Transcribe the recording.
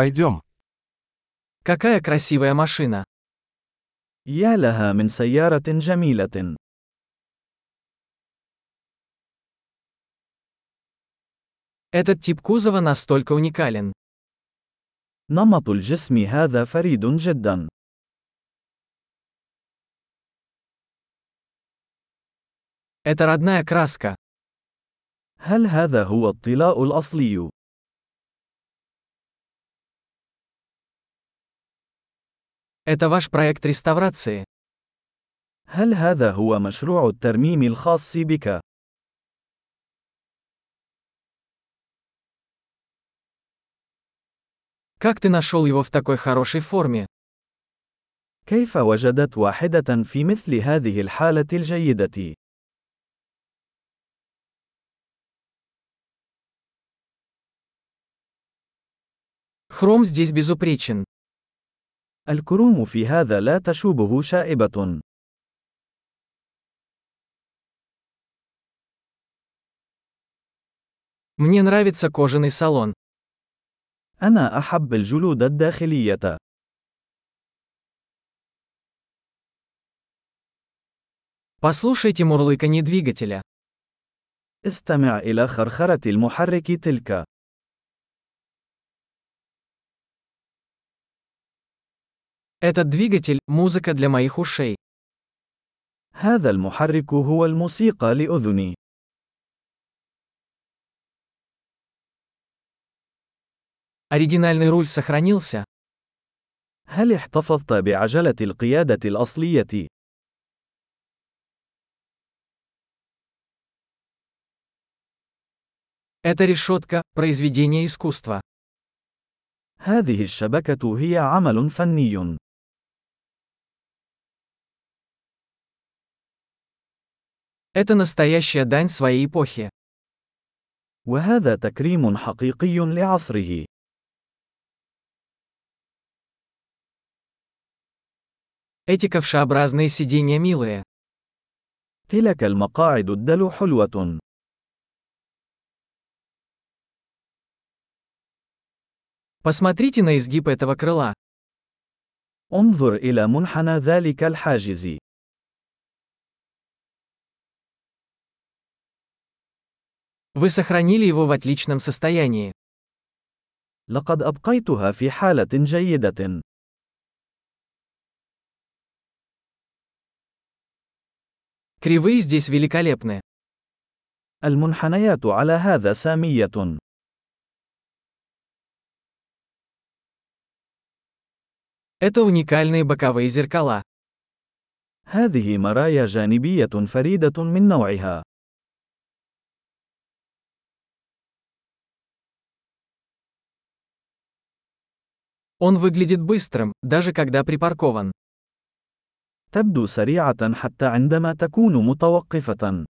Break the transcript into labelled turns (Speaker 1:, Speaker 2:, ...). Speaker 1: Пойдем.
Speaker 2: Какая красивая машина.
Speaker 3: يا لها من سيارة جميلة.
Speaker 2: Этот тип кузова настолько уникален.
Speaker 3: نمط الجسم هذا فريد جدا.
Speaker 2: Это родная краска.
Speaker 3: هل هذا هو الطلاء الأصلي؟
Speaker 2: Это ваш проект реставрации.
Speaker 3: هل هذا هو مشروع الترميم الخاص بك؟
Speaker 2: Как ты нашел его в такой хорошей форме?
Speaker 3: كيف وجدت واحدة في مثل هذه الحالة الجيدة؟
Speaker 2: Хром здесь безупречен.
Speaker 3: الكروم في هذا لا تشوبه شائبة.
Speaker 2: Мне нравится кожаный салон.
Speaker 3: أنا أحب الجلود الداخلية.
Speaker 2: Послушайте мурлыканье двигателя.
Speaker 3: استمع إلى خرخرة المحرك تلك.
Speaker 2: Этот двигатель – музыка для моих ушей.
Speaker 3: هذا المحرك هو الموسيقى لأذني.
Speaker 2: Оригинальный руль сохранился.
Speaker 3: هل احتفظت بعجلة القيادة الأصلية؟
Speaker 2: Эта решетка – произведение искусства.
Speaker 3: هذه الشبكة هي عمل فني.
Speaker 2: Это настоящая дань своей эпохи.
Speaker 3: وهذا تكريم حقيقي لعصره.
Speaker 2: Эти ковшеобразные сиденья милые.
Speaker 3: تلك المقاعد الدلو حلوة.
Speaker 2: Посмотрите на изгиб этого крыла.
Speaker 3: انظر إلى منحنى ذلك الحاجز.
Speaker 2: Вы сохранили его в отличном состоянии.
Speaker 3: لقد أبقيتها في حالة جيدة.
Speaker 2: Кривые здесь великолепны.
Speaker 3: المنحنيات على هذا سامية.
Speaker 2: Это уникальные боковые зеркала.
Speaker 3: هذه مرايا جانبية فريدة من نوعها.
Speaker 2: Он выглядит быстрым, даже когда припаркован.
Speaker 3: تبدو سريعة حتى عندما تكون متوقفة.